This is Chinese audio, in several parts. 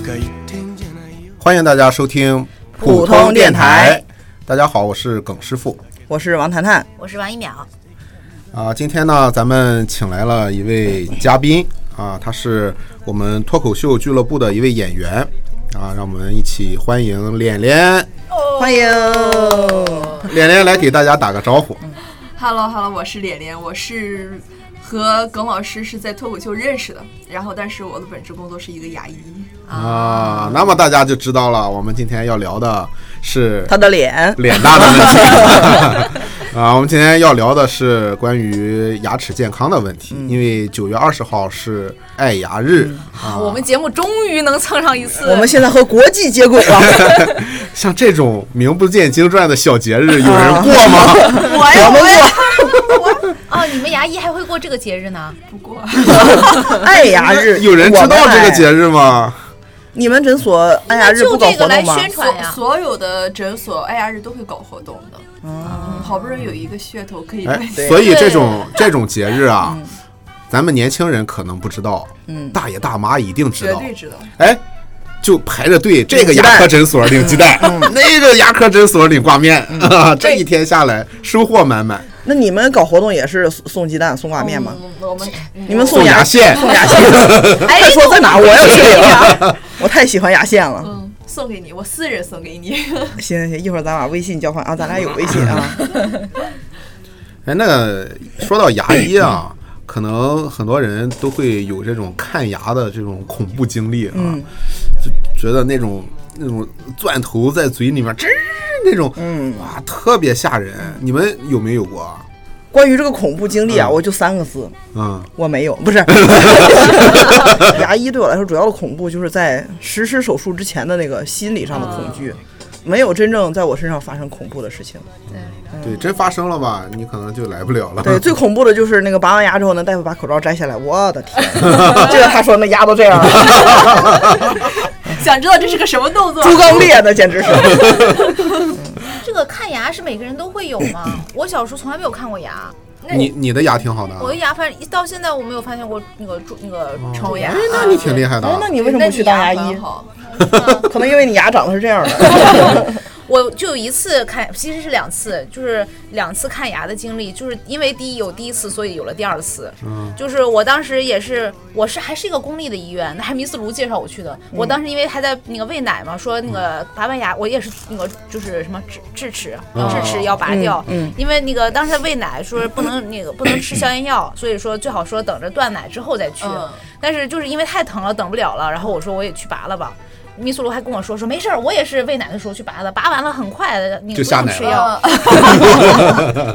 が言ってんじゃないよ欢迎大家收听普通电台。大家好，我是耿师傅我是王谈谈，我是王一淼，啊、今天呢，咱们请来了一位嘉宾啊，他是我们脱口秀俱乐部的一位演员啊，让我们一起欢迎脸脸。哦欢迎。脸脸来给大家打个招呼。 Hello Hello，我是脸脸，我是和耿老师是在脱口秀认识的，然后但是我的本职工作是一个牙医。啊，那么大家就知道了，我们今天要聊的是他的脸，脸大的问题 啊。我们今天要聊的是关于牙齿健康的问题，因为九月二十号是爱牙日嗯啊。我们节目终于能蹭上一次，我们现在和国际接轨了。像这种名不见经传的小节日，有人过吗？ 我们哦，你们牙医还会过这个节日呢？不过爱牙哎日， 有人知道这个节日？日吗？你们诊所爱牙日不就搞活这个来动吗？宣所传呀。所有的诊所爱牙日都会搞活动的。嗯，好不容易有一个噱头可以哎来，对所以这种这种节日啊，咱们年轻人可能不知道，嗯大爷大妈一定知绝道。对知道。哎，就排着队，这个鸡牙蛋科诊所领鸡蛋， 那个牙科诊所领挂面， 这一天下来收获满满。那你们搞活动也是送送鸡蛋、送挂面吗？嗯我们你们送牙牙线送牙线？ 哎快说在哪？我要去 领。我太喜欢牙线了。嗯送给你，我私人送给你。嗯行行行，一会儿咱把微信交换啊，咱俩有微信啊。哎，那说到牙医啊，嗯可能很多人都会有这种看牙的这种恐怖经历啊，嗯就觉得那种那种钻头在嘴里面吱那种，嗯哇，特别吓人。你们有没有过啊？关于这个恐怖经历啊，嗯我就三个字，嗯，我没有， 不是。牙医对我来说主要的恐怖就是在实施手术之前的那个心理上的恐惧，没有真正在我身上发生恐怖的事情。对，真发生了吧，你可能就来不了了。嗯对，最恐怖的就是那个拔完牙之后呢，大夫把口罩摘下来，我的 天，这个他说那牙都这样了， 想知道这是个什么动作？猪刚裂的简直是。这个看牙是每个人都会有嗯吗？我小时候从来没有看过啊牙，那你你的牙挺好的啊，我的牙反正到现在我没有发现过那个蛀那个抽虫牙牙哎，。那你挺厉害的哎啊。 那你为什么不去当牙医？好，可能因为你牙长得是这样 的。我就有一次看，其实是两次，就是两次看牙的经历，就是因为第一有第一次，所以有了第二次。嗯，就是我当时也是，我是还是一个公立的医院，那还迷思卢介绍我去的。嗯我当时因为还在那个喂奶嘛，说那个拔完牙，我也是那个就是什么智智齿，哦智齿要拔掉，嗯因为那个当时在喂奶，说不能那个不能吃消炎药，所以说最好说等着断奶之后再去。嗯但是就是因为太疼了，等不了了，然后我说我也去拔了吧。米苏卢还跟我说说没事儿，我也是喂奶的时候去拔的，拔完了很快那个就不下用奶吃了啊药，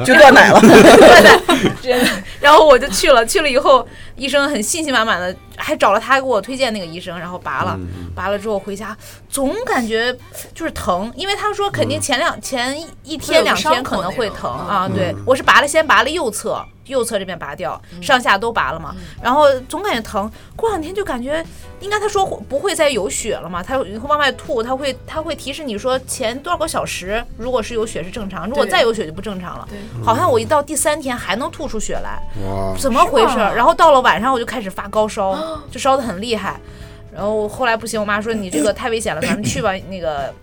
就断奶 了， 然后我就去了，去了以后，医生很信心满满的，还找了他给我推荐那个医生，然后拔了，嗯拔了之后回家，总感觉就是疼，因为他说肯定前两、前一一嗯会天有个两伤天可口能那会种疼嗯嗯啊。对，我是拔了，先拔了右侧，右侧这边拔掉，上下都拔了嘛，然后总感觉疼，过两天就感觉。应该他说不会再有血了嘛？他会往外吐，他会他会提示你说前多少个小时，如果是有血是正常，如果对再有血就不正常了对。好像我一到第三天还能吐出血来，哇，怎么回事儿？然后到了晚上我就开始发高烧， 就烧得很厉害。然后后来不行，我妈说你这个太危险了，咱们去吧。那个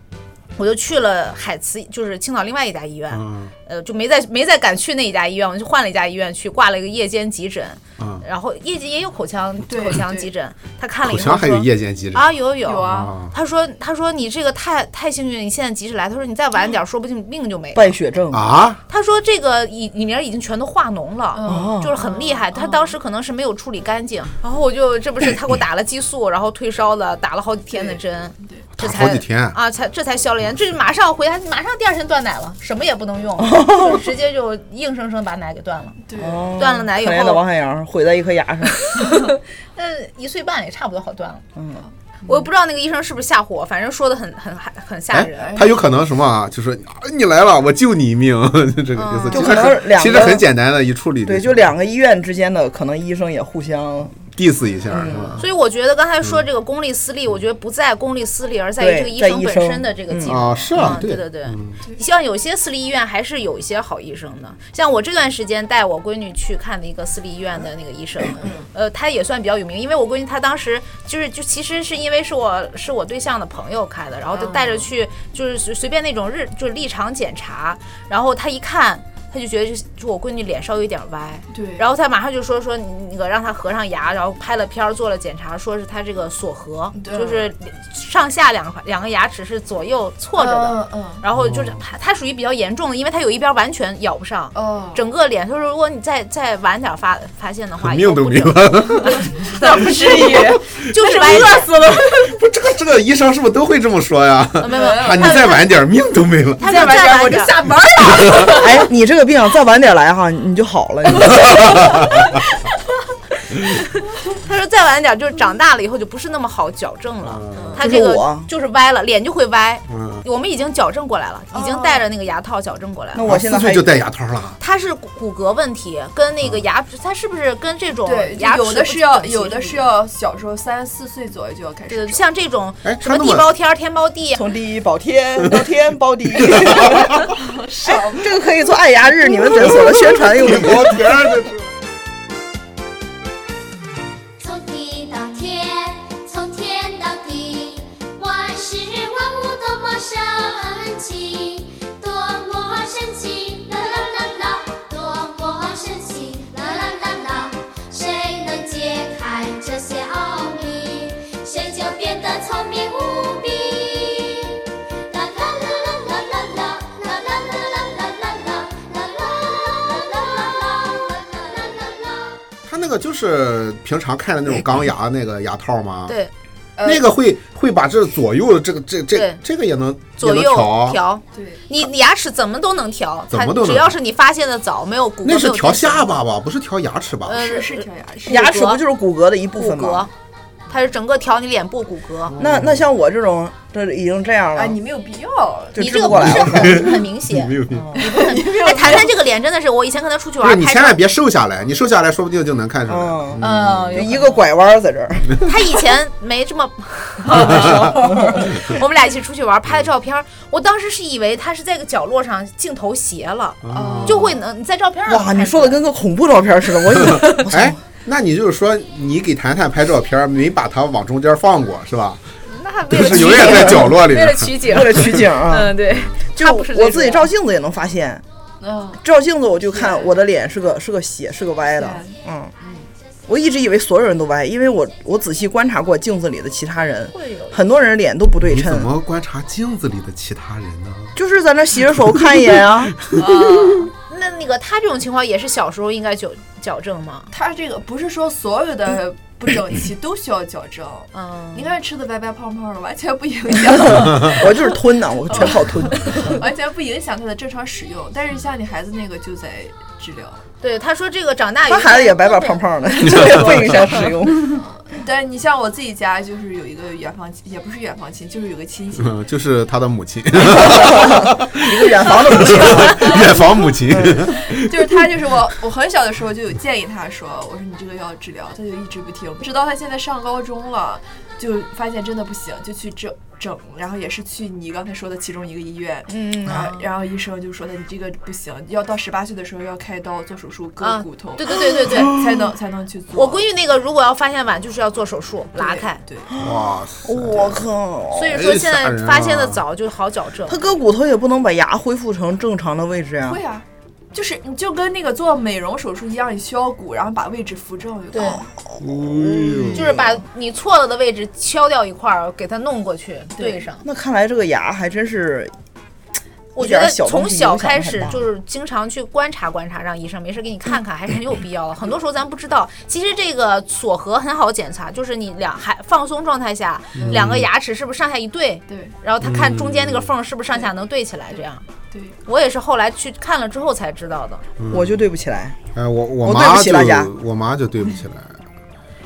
我就去了海慈，就是青岛另外一家医院，嗯呃，就没再没再敢去那一家医院，我就换了一家医院去挂了一个夜间急诊。嗯，然后夜间也有口腔对口腔对急诊，他看了口以后腔还有说夜间急诊啊有有有啊，啊他说：“他说你这个太太幸运了，你现在及时来。他说你再晚嗯点儿，说不定命就没了。败血症。啊！他说这个里里面已经全都化脓了，嗯哦就是很厉害。他当时可能是没有处理干净，然后我就这不是他给我打了激素，然后退烧了，打了好几天的针，这打才好几天啊，才这才消了炎。这马上回家，马上第二天断奶了，什么也不 能用，就是直接就硬生生把奶给断了。对，哦断了奶以可怜的后王海洋毁在一颗牙 上，嗯，一岁半也差不多好断了。嗯，我不知道那个医生是不是吓唬我，反正说的很很很吓人。哎，他有可能什么啊？就说啊你来了，我救你一命， 就这个意思。就其可实能很两其实个很简单的一处理。对，就两个医院之间的可能医生也互相 diss 一下，是吧？所以我觉得刚才说这个公立私立，我觉得不在公立私立，而在嗯于对这个医在生医本生嗯哦身的这个技能。啊，是啊，对对对，像有些私立医院还是有一些好医生的，像我这段时间带我闺女去看的一个私立医院的那个医生，嗯呃，他也算比较有名，因为我闺女她当时就是就其实是因为是我是我对象的朋友开的，然后就带着哦去就是随随便那种日就是立场检查，然后她一看。她就觉得就是就我闺女脸稍微有点歪，对然后她马上就说说你那个让她合上牙，然后拍了片儿做了检查，说是她这个锁合，对就是上下两个两个牙齿是左右错着的，嗯嗯然后就是哦它它属于比较严重的，因为它有一边完全咬不上，哦，整个脸。就是如果你再再晚点发发现的啊话，以命后都不没整了。那不至于， 就是完饿死 了。 不，这个这个医生是不是都会这么说呀？嗯呃没有没有，啊，你再晚点，命都没了。啊它再再晚点晚我就点，下班了。 哎，你这个病啊再晚点来哈，你就好了。你他说再晚点就是长大了以后就不是那么好矫正了，他就是这个我就是歪了，脸就会歪。嗯，我们已经矫正过来了，已哦经戴着那个牙套矫正过来那了。我现在啊四还岁就戴牙套 了。它是骨骨骼问题，跟那个牙，嗯它是不是跟这种对，牙齿有的不是要，整齐有的不是一样要小时候三四岁左右就要开对始对，对像这种哎什他么那地么包天儿、天包地，从地保天到天保 地， 少这个可以做爱牙日，你们诊所的宣传用的。我天儿，这是从地到天，从天到地，万事万物多么神奇，多么神奇，啦啦啦啦，多么神奇，啦啦啦啦。谁能解开这些奥秘，谁就变得聪明无比。啦啦啦啦啦啦啦，啦啦啦啦啦啦啦，啦啦啦啦啦啦，啦啦啦啦啦。他那个就是平常看的那种钢牙那个牙套吗？，对，那个会会把这左右的这个这这对这个也能左也能右调，调。对，你你牙齿怎么都能调，怎它么都能只要是你发现的早，没有骨骼那是没有调增生下巴吧，不是调牙齿吧？呃是是调牙齿，牙齿不就是骨骼的一部骨分骼吗？，它是整个调你脸部骨骼。哎那那像我这种，这已经这样啊，了，你没有必要。 就你治这个过不来是了。很很明显， 没有病，哎， 谈谈这个脸真的是，我以前跟他出去不是玩你拍千万照，别瘦下来，你瘦下来说不定就能看出来。嗯，嗯就一个拐弯儿在这儿，他以前没这么，我们俩一起出去玩拍的照片，我当时是以为他是在个角落上镜头斜了，哦就会能你在照片上哇，看你出说来的跟个恐怖照片似的，我以 为哎，那你就是说你给谈谈拍照片，没把它往中间放过是吧？那为就了是取永远在景，角落里为面了。取景，为了取景啊，嗯，对，就他不是这我自己种照镜子也能发现，嗯，照镜子我就看我的脸是个是个斜是个歪的，嗯，我一直以为所有人都歪，因为我我仔细观察过镜子里的其他人会有，很多人脸都不对你称怎，么观察镜子里的其他人呢？就是在那洗着手看一眼 啊， 那那个他这种情况也是小时候应该纠矫正吗？他这个不是说所有的不整齐都需要矫正。嗯，你看吃的白白胖胖的，完全不影响， 我就是吞呐，我全靠 哎吞。完全不影响它的正常使用。但是像你孩子那个就在治疗，对他说这个长大以他后孩子也白白胖，胖的，这也不影响使 用。但是你像我自己家就是有一个远房亲，也不是远房亲，就是有个亲 戚，嗯，就是他的母亲， 一个远房的 母亲，远房母亲。就是他就是我，我很小的时候就有建议他说，我说你这个要治疗，他就一直不听，直到他现在上高中了，就发现真的不行，就去整整，然后也是去你刚才说的其中一个医院，嗯然后然后医生就说他你这个不行，要到十八岁的时候要开刀做手术割啊骨头，，对对对对对， 才能才能去做。我闺女那个如果要发现晚，就是要做手术对拉开，对， 啊哇塞！我靠！所以说现哎吓在人啊发现的早就好矫正他。割骨头也不能把牙恢复成正常的位置呀、会啊，就是你就跟那个做美容手术一样，你削骨，然后把位置扶正就对哦就是把你错了的位置敲掉一块儿，给它弄过去对对上。那看来这个牙还真是，我觉得从小开一始点儿小东西影响很大就是经常去观察观察，让医生没事给你看看，还是很有必要的。很多时候咱不知道，其实这个锁合很好检查，就是你两还放松状态下，两个牙齿是不是上下一对，对然后他看中间那个缝是不是上下能对起来，这样。对，我也是后来去看了之后才知道的。嗯我就对不起来。哎，我我我妈对不起就大家我妈就对不起来，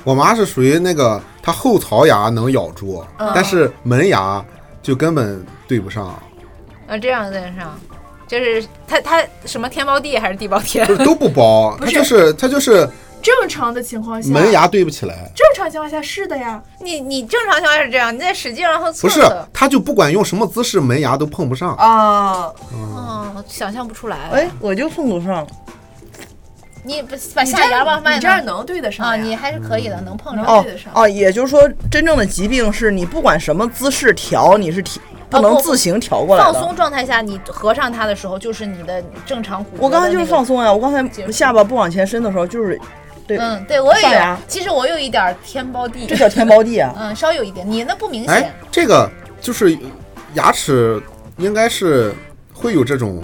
我妈是属于那个她后槽牙能咬住，但是门牙就根本对不上，啊，这样在上，就是他他什么天包地还是地包 天 不？是都不包，她就是她就是正常的情况下，门牙对不起来。正常情况下是的呀，你你正常情况下是这样，你再使劲然后不蹭是蹭，，他就不管用什么姿势，门牙都碰不哦上。啊，嗯，想象不出来。哎，我就碰不上。你不把你下这牙吧样放你这样能能对得上啊，呀你还是可以的，能碰上。能哦对得上哦，也就是说，真正的疾病是你不管什么姿势调，你是调不能哦不自行调过来放的。松状态下，你合上它的时候，就是你的正常骨骼的那个。我刚才就是放松啊呀，我刚才束下巴不往前伸的时候，就是对，嗯，对我也上有牙，其实我有一点儿天包地，这叫天包地啊。嗯，稍有一点，你那不明哎显。，这个就是牙齿应该是会有这种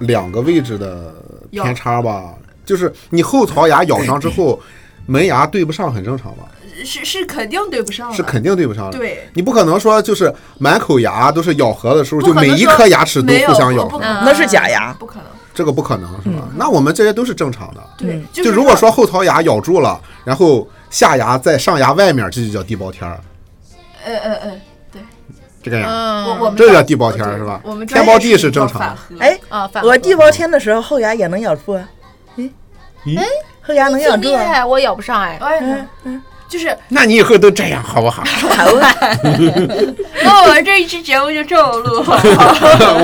两个位置的偏差吧？就是你后槽牙咬上之 后，门牙对不上很正常吧？是是肯定对不上的，是肯定对不上的。哦对，你不可能说就是满口牙都是咬合的时候，不就可能每一颗牙齿都没有互相咬不合可，啊嗯能，那是假牙，不可能。这个不可能是吧？那我们这些都是正常的。对，嗯就是如果说后槽牙咬住了，然后下牙在上牙外面，这就叫地包天儿，呃呃呃，对，这个样，嗯，我我们这叫专地包天儿是吧我们天专包业地术是语正叫常反的合哎，啊，反我过地包天的时候后牙也能咬住啊，咦，咦哎后牙能这咬么住厉啊？害，我咬不上哎。我也能，就是那你以后都这样好 不好？那我们这一期节目就这么 录，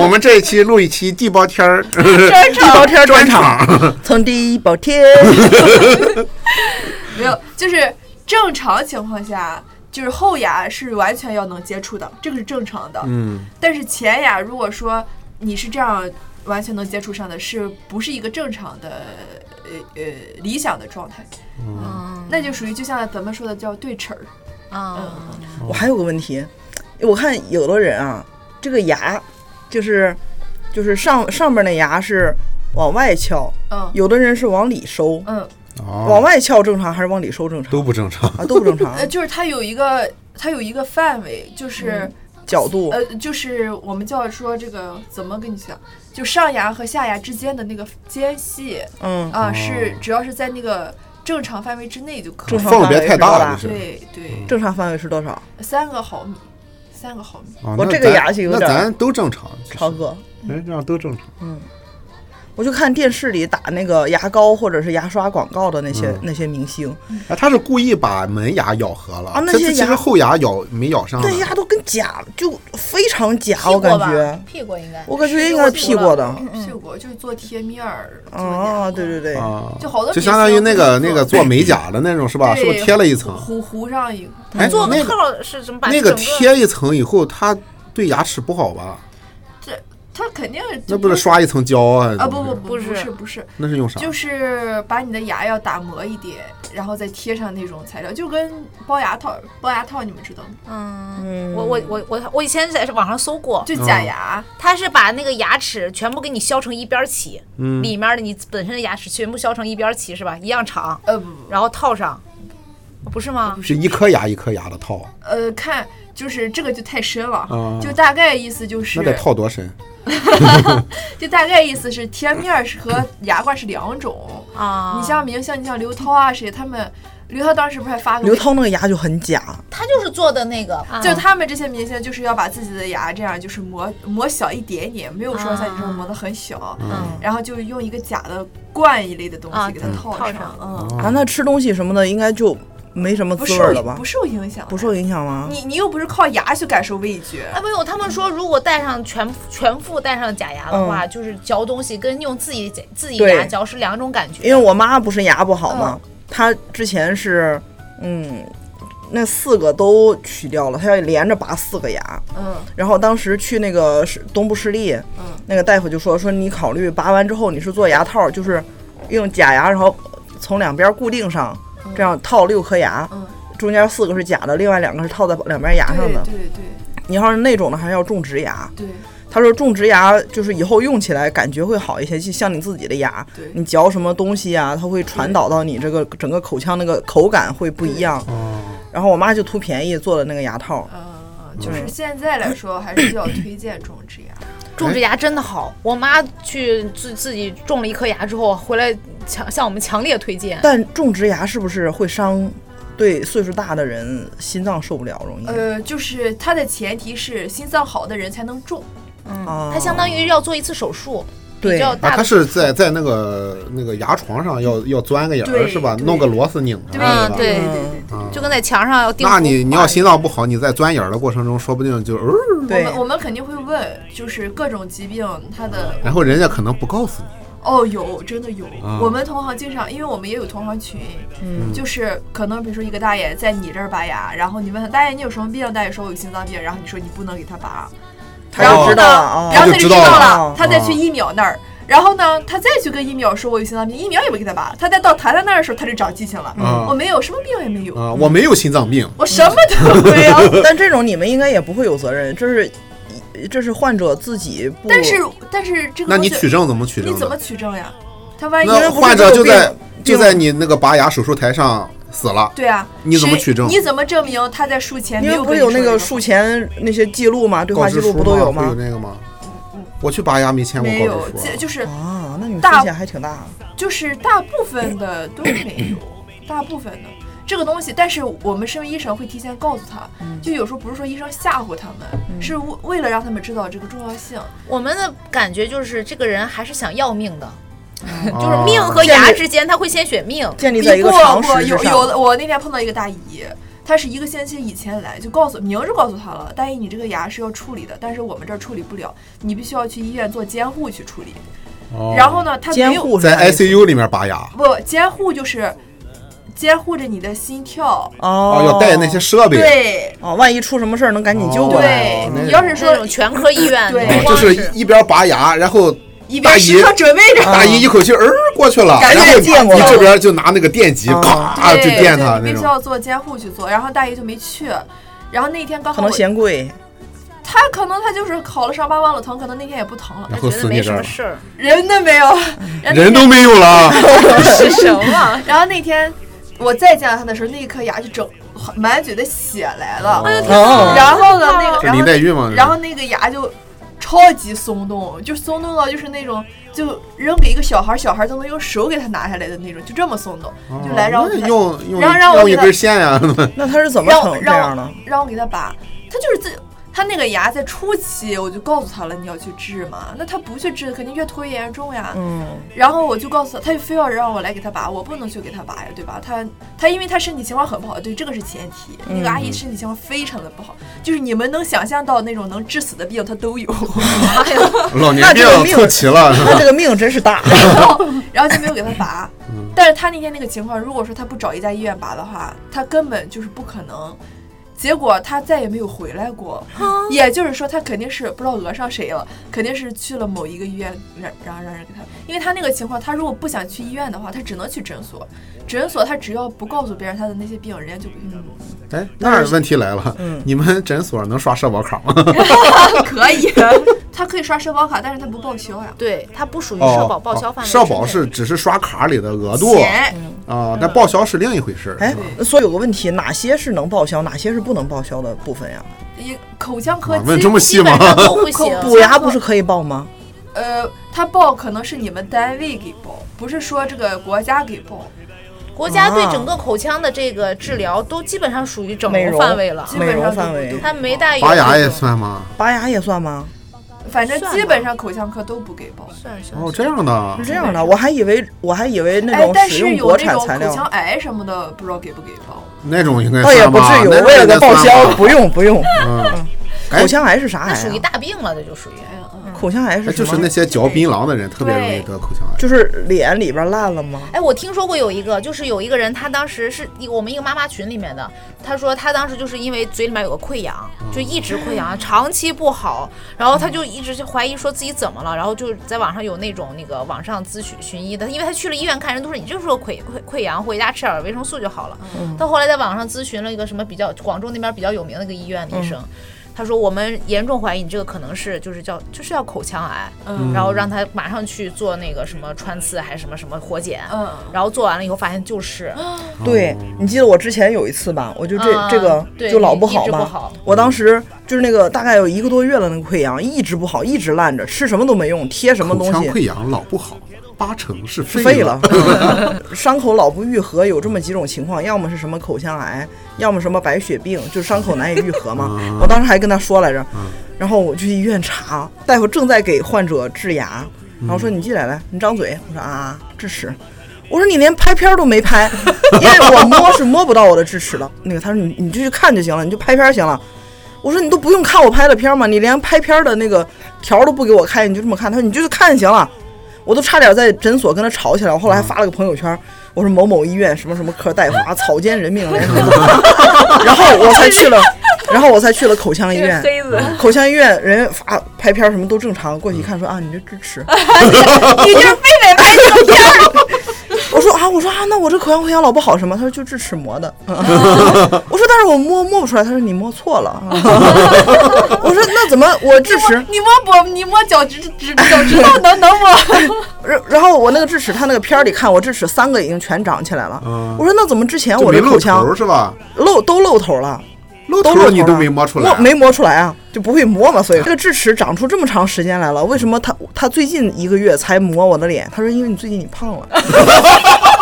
我们这一期录一期地包天儿地包天专专场， 场，从地包天。没有，就是正常情况下，就是后牙是完全要能接触的，这个是正常的。嗯，但是前牙如果说你是这样完全能接触上的，是不是一个正常的呃呃理想的状态？嗯那就属于就像咱们说的叫对齿儿，嗯，我还有个问题，我看有的人啊，这个牙就是就是上上面那牙是往外翘，嗯有的人是往里收，嗯哦往外翘正常还是往里收正常都不正常。啊？都不正常呃，，就是它有一个它有一个范围，就是。角度呃，就是我们叫说这个怎么跟你讲，就上牙和下牙之间的那个间隙嗯啊，哦是只要是在那个正常范围之内就可正以。常缝儿别太大范围嗯了，是就是对对，正常范围是多少？三个毫米，三个毫米。哦我那这个咱牙就有那点儿咱都正常，其实超哥，哎，这样都正常。我就看电视里打那个牙膏或者是牙刷广告的那嗯些、那些明星，哎，他是故意把门牙咬合了，啊那这些这其牙实后牙咬没咬上来那，牙都跟假，就非常假，屁我股感吧觉，，屁股应该。我感觉应该是屁股的。屁股就是做贴面儿。做牙啊，膏嗯对对对，啊，就好多就明相当于星那会个做那个做美甲的那种是吧？是不是对贴了一层？糊糊上一个？哎，做那个个套是怎么把那整个贴一层以后，它对牙齿不好吧？这它肯定那不是刷刷一层胶啊？啊？不不不，不不是是不是，那是用啥？就是把你的牙要打磨一点，然后再贴上那种材料，就跟包牙套，包牙套你们知道吗？嗯，我我我我我以前在网上搜过，嗯就假牙，它是把那个牙齿全部给你削成一边儿齐，嗯里面的你本身的牙齿全部削成一边儿齐是吧？一样长，呃不不不，然后套上，不是吗？是一颗牙一颗牙的套，呃看就是这个就太深了，啊就大概意思就是那，得套多深？就大概意思是贴面儿是和牙冠是两种。啊，你像明星，你像刘涛啊谁，他们刘涛当时不是还发个刘，涛那个牙就很假，啊它就是做的那个，就啊他们这些明星就是要把自己的牙这样就是磨磨小一点点，没有说像你说啊磨得很小，嗯然后就用一个假的冠一类的东啊西给它嗯套套上上，嗯。啊，那吃东西什么的应该就没什么不滋味儿受了影吧不？受影响，不受。影响吗？你你又不是靠牙去感受味觉，哎，没有，他们说如果戴上全全副戴上假牙的嗯话，就是嚼东西跟用自己自己对牙嚼是两种感觉。因为我妈不是牙不好嗯嘛，她之前是，嗯，那四个都取掉了，她要连着拔四个牙。嗯，然后当时去那个市东部市立，嗯那个大夫就说说你考虑拔完之后你是做牙套，就是用假牙，然后从两边固定上，这样套六颗牙，嗯中间四个是假的，另外两个是套在两边牙上对的。对你要是那种的，还是要种植牙。对对，他说种植牙就是以后用起来感觉会好一些，就像你自己的牙对，你嚼什么东西呀、它会传导到你这个整个口腔那个口感会不一样。然后我妈就图便宜做了那个牙套，嗯，就是现在来说还是要推荐种植牙，种植牙真的好，我妈去自自己种了一颗牙之后回来强向我们强烈推荐。但种植牙是不是会伤？对岁数大的人心脏受不了，容易、呃，就是它的前提是心脏好的人才能种，啊。它相当于要做一次手术，比对较啊，大他的是在在那个那个牙床上要要钻个眼儿对是吧？对弄个螺丝拧上对是吧？啊对对嗯，就跟在墙上要钉那符你你要啊心脏不好，你在钻眼儿的过程中，说不定就呃，我对们我们肯定会问，就是各种疾病它的嗯然后人家可能不告诉你，哦，有，真的有。啊我们同行经常，因为我们也有同行群，嗯就是可能比如说一个大爷在你这儿拔牙，然后你问他大爷你有什么病，大爷说我有心脏病，然后你说你不能给他拔，他就知道了哦啊。然他后他就就知知道了道了，他再去疫苗那儿。然后呢，他再去跟疫苗说我有心脏病，疫苗也不给他拔。他再到谈谈那儿的时候，他就长记性了。啊我没有什么病也没有，嗯啊，我没有心脏病，我什么都没有。 但这种你们应该也不会有责任，这是这是患者自己不。但是但是这个那东你西取证怎么取你证怎么呢？取证呀？他万一因为那不是患这者就个在病就病在你那个拔牙手术台上死了，对啊，你怎么谁取证你怎么证明他在术前没因为有不跟是你有说那这个个术前那些记录嘛，对告话知记书录不都有吗会有吗？那个吗？我去拔牙没签过没告有，知书这啊，就是啊，那你们大风险还挺大。就是大部分的都没有，大部分的这个东西，但是我们身为医生会提前告诉他，嗯就有时候不是说医生吓唬他们，是为为了让他们知道这个重要性。我们的感觉就是这个人还是想要命的，就是啊命和牙之间他会先选命。建立在比一过个常过识有之有上。的，我那天碰到一个大姨。她是一个星期以前来，就告诉明着告诉她了，大姨你这个牙是要处理的，但是我们这儿处理不了，你必须要去医院做监护去处理。哦然后呢，她没监有护是啥在意思 ICU 里面拔牙。不监护就是监护着你的心跳，哦哦，要带那些设备，对哦，万一出什么事儿能赶紧救过来。对那，种你要是这说种全科医院对那哦种就方是式一边拔牙，然后一大边姨时刻准备着，大姨一口气儿过去了，嗯感然觉后也哦你见过你了这边就拿那个电极啊咔就对电他那对必须种。要做监护去做，然后大姨就没去。然后那天刚可好能我，嫌贵，他可能他就是考了伤疤忘了疼，可能那天也不疼了，然后觉得死你没这什儿么，事儿，人都没有，然后那天人都没有了。是什么？然后那天我再见到他的时候，那一颗牙就整满嘴的血来了，哦哎呦天哪然后呢那个这然后林黛玉嘛，然后那个牙就超级松动，就松动到就是那种就扔给一个小孩儿，小孩儿都能用手给他拿下来的那种，就这么松动，哦就来让我那给他用用让让我用一给他根线 呀，那他是怎么让成我这样让的我？让我给他拔，他就是自他那个牙在初期我就告诉他了，你要去治嘛，那他不去治肯定越拖越严重呀。嗯，然后我就告诉他，他就非要让我来给他拔，我不能去给他拔呀，对吧？他他因为他身体情况很不好，对，这个是前提。那个阿姨身体情况非常的不好，就是你们能想象到那种能致死的病，她都有。 老年那病这个命凑齐了。那这个命真是大。 然后然后就没有给他拔。但是他那天那个情况，如果说他不找一家医院拔的话，他根本就是不可能。结果他再也没有回来过，也就是说他肯定是不知道讹上谁了，肯定是去了某一个医院，让让让人给他，因为他那个情况，他如果不想去医院的话，他只能去诊所，诊所他只要不告诉别人他的那些病，人家就不给他弄。 哎，那问题来了，嗯你们诊所能刷社保卡吗？可以，他可以刷社保卡，但是他不报销呀。对，它不属于社保报销范围之内。哦社保是只是刷卡里的额度钱啊，但报销是另一回事。哎是吧，所以有个问题，哪些是能报销，哪些是不能报销的部分呀？一口腔科啊问基这么基细吗本上都会行口补牙 不是可以报吗？呃，他报可能是你们单位给报，不是说这个国家给报，国家对啊整个口腔的这个治疗都基本上属于整美容容范围了，基美本容上范都围都它没大有拔牙那也种算吗？拔牙也算吗？反正算基吧本上口腔科都不给报。算算哦，算这样的是。这样的，我还以为我还以为那哎种，但使是用有国那产种材口腔料，癌什么的，不知道给不给报。那种应该倒也算不吧至于。那种为了应该个报算销，吧不用不用。嗯，哎口腔癌是啥癌那属于啊？大病了，这就属于。嗯嗯，口腔癌是哎就什是么那？些嚼槟榔的人特别容易对得口腔癌。就是脸里边烂了吗？哎，我听说过有一个，就是有一个人，他当时是一我们一个妈妈群里面的，他说他当时就是因为嘴里面有个溃疡，就一直溃疡，长期不好，然后他就一直就怀疑说自己怎么了，然后就在网上有那种那个网上咨询寻医的，因为他去了医院看，人都说你就是个溃溃溃疡，回家吃点维生素就好了。他后来在网上咨询了一个什么比较广州那边比较有名的一个医院的医生。他说：“我们严重怀疑你这个可能是就是叫就是要口腔癌，嗯然后让他马上去做那个什么穿刺还是什么什么活检，嗯然后做完了以后发现就是，哦对，你记得我之前有一次吧，我就这、嗯这个对就老不一好直嘛。不好我当时就是那个大概有一个多月了，那个溃疡一直不好，一直烂着，吃什么都没用，贴什么口东腔西溃疡老不好，八成是废了， 伤口老不愈合，有这么几种情况，要么是什么口腔癌，要么什么白血病，就是伤口难以愈合嘛。我啊当时还跟他说来着，然后我去医院查，大夫正在给患者治牙，然后说你进来来，你张嘴。我说啊，智齿。我说你连拍片儿都没拍，因为我摸是摸不到我的智齿的。 那个他说你你就去看就行了，你就拍片儿行了。我说你都不用看我拍的片儿嘛，你连拍片儿的那个条儿都不给我看，你就这么看。他说你就去看就行了。我都差点在诊所跟他吵起来，我后来还啊发了个朋友圈，我说某某医院什么什么科大夫啊，草菅人 命啊，什么什么然后我才去了，然后我才去了口腔医这个院，黑子，口腔医院人发拍片儿什么都正常，过去一看说啊，你这智齿， 嗯你就是非得拍照片儿。我说啊，我说啊，那我这口腔溃疡老不好什么？他说就智齿磨的。 嗯我说但是我摸摸不出来，他说你摸错了。啊 我说那怎么我智 齿？你摸脖，你摸脚趾指脚趾头能能摸？然然后我那个智齿，他那个片儿里看我智齿三个已经全长起来了。嗯我说那怎么之前就我没这露口腔头是吧？露都露头了？露都头露你头都了没摸出来摸，没磨出来啊，就不会磨嘛。所以这个智齿长出这么长时间来了，为什么他他最近一个月才磨我的脸？他说因为你最近你胖了。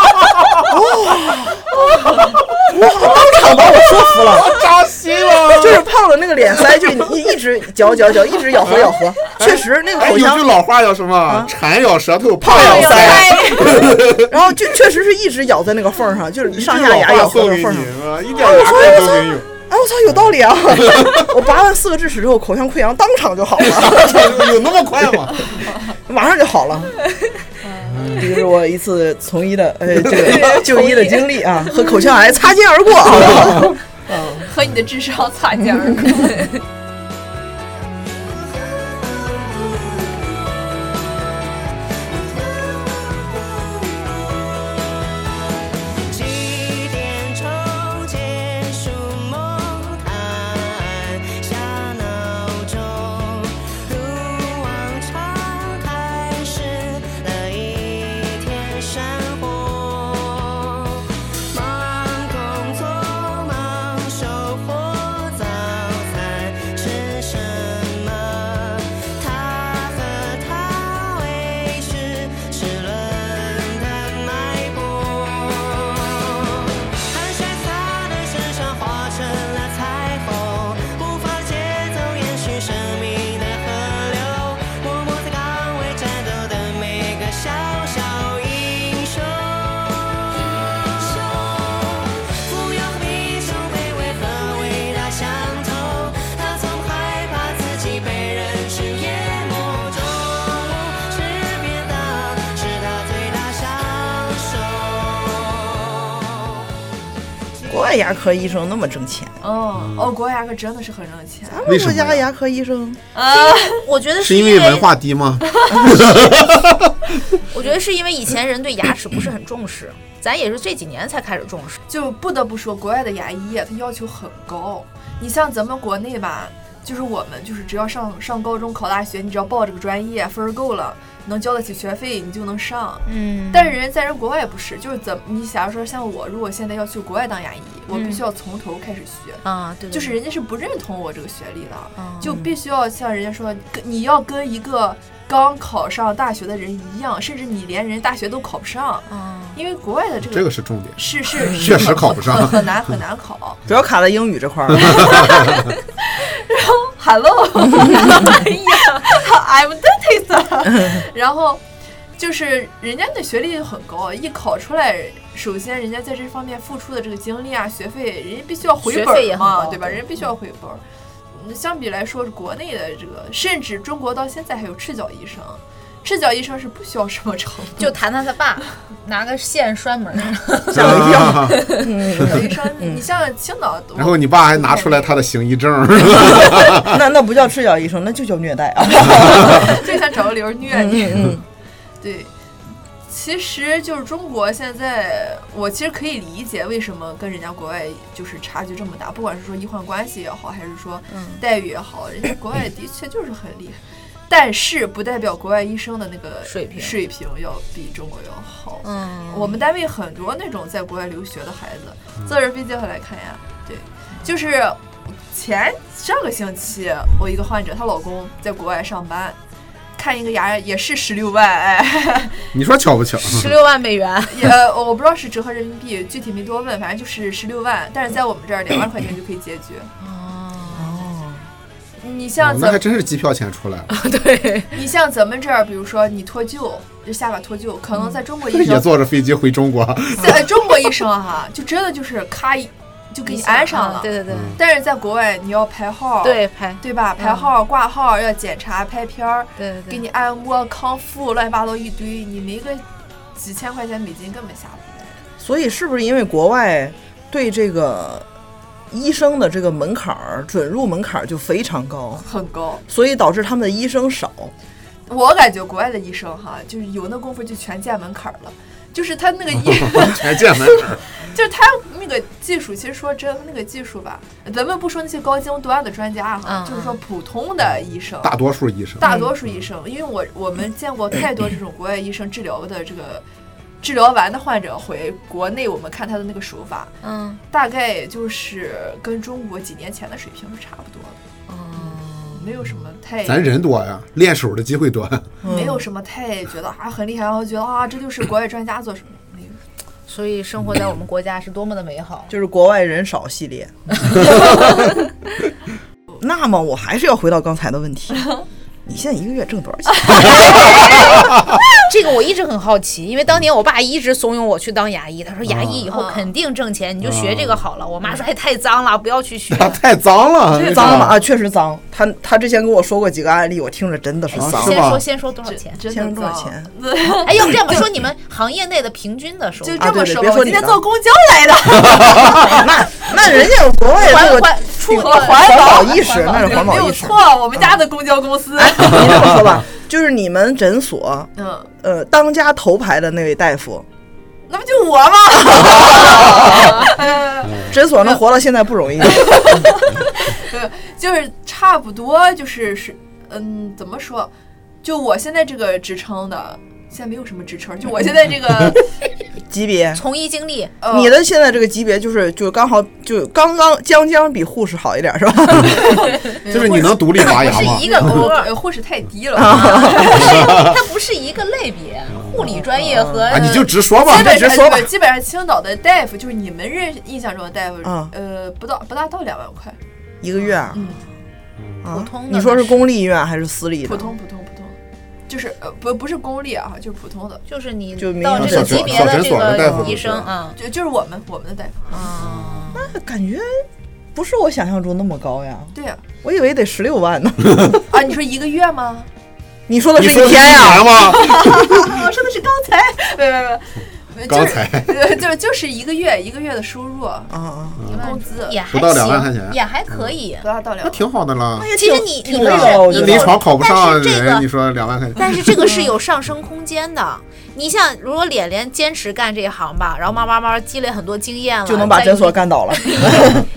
哇、哇！当场把我说服啊了，扎心了。就是胖了那个脸腮，就是你一直嚼嚼嚼，一直咬合咬合，确实那个 哎，口有腔啊句老话叫什么？馋咬舌头，胖咬腮腮。然后就确实是一直咬在那个缝儿上，就是上一句下老牙话咬合送的给缝儿上你。 啊，一点牙根都没有。哎，我操，有道理啊！ 我拔完四个智齿之后，口腔溃疡当场就好了。有 那么快 吗？马上就好了。嗯这就是我一次从医的， 呃，这个就医的经历啊，和口腔癌擦肩而过，好不好？ 和你的智商擦肩而过。 几点钟结束梦？按下闹钟，如往常开始了一天生活。忙工作，忙收获，早餐吃什么？他和她为之齿轮的脉搏。汗水洒在身上，化成了彩虹，无法节奏延续生命的河流。默默在岗位战斗的每个小小英雄。富有和贫穷，卑微和伟大相同。他从害怕自己被人群淹没中，是变大，是他最大享受。国外牙科医生那么挣钱，嗯，哦，国外牙科真的是很挣钱。咱 为们什国么呀家牙科医生 我觉得是因因为文，化低吗？我觉得是因为以前人对牙齿不是很重视，咱也是这几年才开始重视。就不得不说，国外的牙医啊，他要求很高。你像咱们国内吧，就是我们就是只要上上高中、考大学，你只要报这个专业，分儿够了，能交得起学费，你就能上。嗯但是人家在人国外不是，就是怎么你假如说像我，如果现在要去国外当牙医，我必须要从头开始学，啊，对，对就是对人家是不认同我这个学历的，嗯就必须要像人家说，跟你要跟一个刚考上大学的人一样，甚至你连人大学都考不上，啊因为国外的这个这个是重点。是是确实考不上 很很难很难考。主要卡在英语这块儿，啊 Hello，哎呀，I'm dentist。然后就是人家的学历很高，啊一考出来，首先人家在这方面付出的这个精力啊、学费，人家必须要回学费也很本高嘛，对吧？人家必须要回本。嗯相比来说，国内的这个，甚至中国到现在还有赤脚医生，赤脚医生是不需要什么成本的。就谈谈他爸， 拿个线拴门儿，吓我一跳。啊赤脚医生， 你像青岛，我然后你爸还拿出来他的行医证，那那不叫赤脚医生，那就叫虐待 啊！就想找个理由虐你。嗯对，其实就是中国现在，我其实可以理解为什么跟人家国外就是差距这么大，不管是说医患关系也好，还是说嗯待遇也好，人家国外的确就是很厉害。但是不代表国外医生的那个水平水平要比中国要好。嗯，我们单位很多那种在国外留学的孩子，坐着飞机回来看牙。对，就是前上个星期，我一个患者，她老公在国外上班，看一个牙也是十六万，哎，你说巧不巧？十六万美 元，也呃我不知道是折合人民币，具体没多问，反正就是十六万。但是在我们这儿两万块钱就可以解决。哦，你像哦那还咱真是机票钱出来了，对，你像咱们这儿，比如说你脱臼，就下巴脱臼，可能在中国医嗯也生，坐着飞机回中国。在中国医生哈，就真的就是咔一就给你安上了。啊对对对嗯但是在国外你要排号，对拍，对吧？排号、挂号要检查、拍片儿，对对对，给你按摩、康复，乱七八糟一堆，你没个几千块钱美金根本下不来。所以是不是因为国外对这个医生的这个门槛儿准入门槛儿就非常高，很高，所以导致他们的医生少？我感觉国外的医生哈，就是有那功夫就全见门槛儿了，就是他那 个医，全见门槛儿，就是他那个技术，其实说真，那个技术吧，咱们不说那些高精端的专家嗯哈，就是说普通的医生，大多数医生大多数医生，因为我我们见过太多这种国外医生治疗的这个。治疗完的患者回国内，我们看他的那个手法，嗯大概就是跟中国几年前的水平是差不多的，嗯没有什么太咱人多呀，练手的机会多。没嗯有什么太觉得啊很厉害，然后觉得啊这就是国外专家做什么，没有。所以生活在我们国家是多么的美好。就是国外人少系列。 那么我还是要回到刚才的问题，你现在一个月挣多少钱？ 这个我一直很好奇，因为当年我爸一直怂恿我去当牙医，他说牙嗯医以后啊肯定挣钱，你就学这个好了。我妈说还太脏了，不要 去学。啊 太脏了，为啥 脏吗？啊，确实脏。他他之前跟我说过几个案例，我听着真的是啊脏是。先吗说先说多少钱？真先的生多少脏 钱？哎，要不这么说，你们行业内的平均的收入就啊这对么对说别吧，说我你今天了坐公交来的， 那那人家有国外环这个环处我环环保保意识，那是环没保有意识。啊错，我们家的公交公司，你这么说吧， 就是你们诊所， 嗯，呃，当家头牌的那位大夫，那不就我吗？呃诊所能活到现在不容易。 就是差不多，就是是，嗯，怎么说？就我现在这个职称的，现在没有什么职称，就我现在这 个，级别，从医经 历，呃、你的现在这个级别就是就刚好就刚刚将将比护士好一点是吧？就是你能独立拔牙吗是一？ 这个我呃护士太低了，啊它不是一个类别，护理专业和啊，你就直说吧，基你本直说上吧对，。基本上青岛的大夫就是你们认印象中的大夫，嗯呃，不到不大到两万块，一个月啊，嗯啊普通的你说是公立医院还是私立的？普通普通普通，就是呃不不是公立啊，就是普通的，就是你就民到营这个小诊级别小诊这所的大夫个不医是生啊就就是我们我们的大夫，啊，那感觉不是我想象中那么高呀，对呀、我以为得十六万 呢。啊，你说一个月吗？你说的你是说一的是天呀？钱吗？啊，我说的是刚才， 没有没有没有没有，刚就是才呃 就是就是一个月一个月的收入，啊啊！工资也还不到两万块行钱也还可以。不大到两那万。挺好的啦。嗯其实你挺你挺不是高的我觉得你不临床考不上但是这人，个你说两万 块钱，但是这个是有上升空间的。你像，如果脸脸坚持干这一行吧，然后慢慢慢慢积累很多经验了，就能把再有诊所一干 倒了。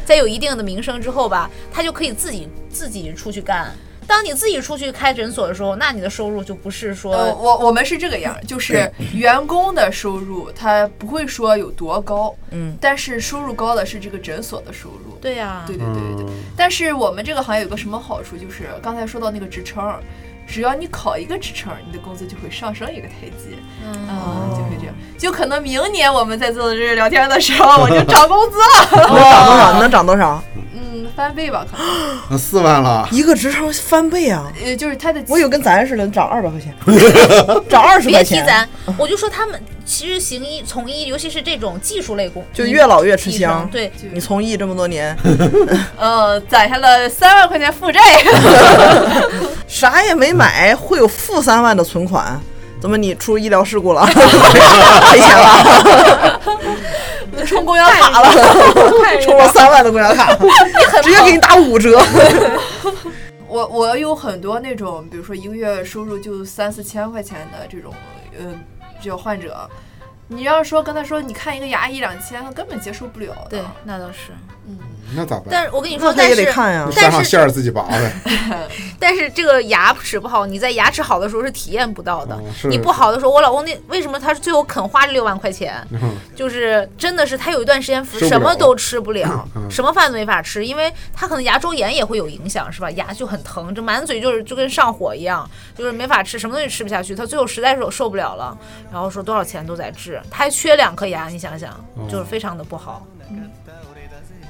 在有一定的名声之后吧，他就可以自己自己出去干。当你自己出去开诊所的时候，那你的收入就不是呃，说我我们是这个样儿，就是员工的收入他不会说有多高，嗯，但是收入高的是这个诊所的收入。对呀、对对对对对。嗯但是我们这个行业有个什么好处，就是刚才说到那个职称，只要你考一个职称，你的工资就会上升一个台阶，嗯啊、就会这样。就可能明年我们在坐在这儿聊天的时候，我就涨工资了， 能涨多少？能涨多少？嗯，翻倍吧，可能。啊四万了。一个职称翻倍啊！呃，就是他的我有跟咱似的涨二百块 钱，涨二十别块提钱，咱，我就说他们其实行医从医，尤其是这种技术类工，就越老越吃医生香。对，你从医这么多年，呃攒下了三万块钱负债，啥也没买，会有负三万的存款。怎么你出医疗事故 了？赔钱了？充公交卡 了，充了三万的公交 卡，直接给你打五折。我我有很多那种，比如说一个月收入就三四千块钱的这种，呃，这种患者，你要是说跟他说你看一个牙一两千，他根本接受不了的。对，那倒是。那咋办？但是我跟你说， 那但也是得看呀山但上是馅儿自己拔呗。但是这个牙齿不好，你在牙齿好的时候是体验不到的。哦是你不好的时候，我老公那为什么他最后肯花这六万块钱？就是真的是他有一段时间受不了什么都吃不了，嗯什么饭都没法吃，因为他可能牙周炎也会有影响，是吧？牙就很疼，这满嘴就是就跟上火一样，就是没法吃，什么东西吃不下去。他最后实在是受不了了，然后说多少钱都在治，他还缺两颗牙，你想想，哦就是非常的不好。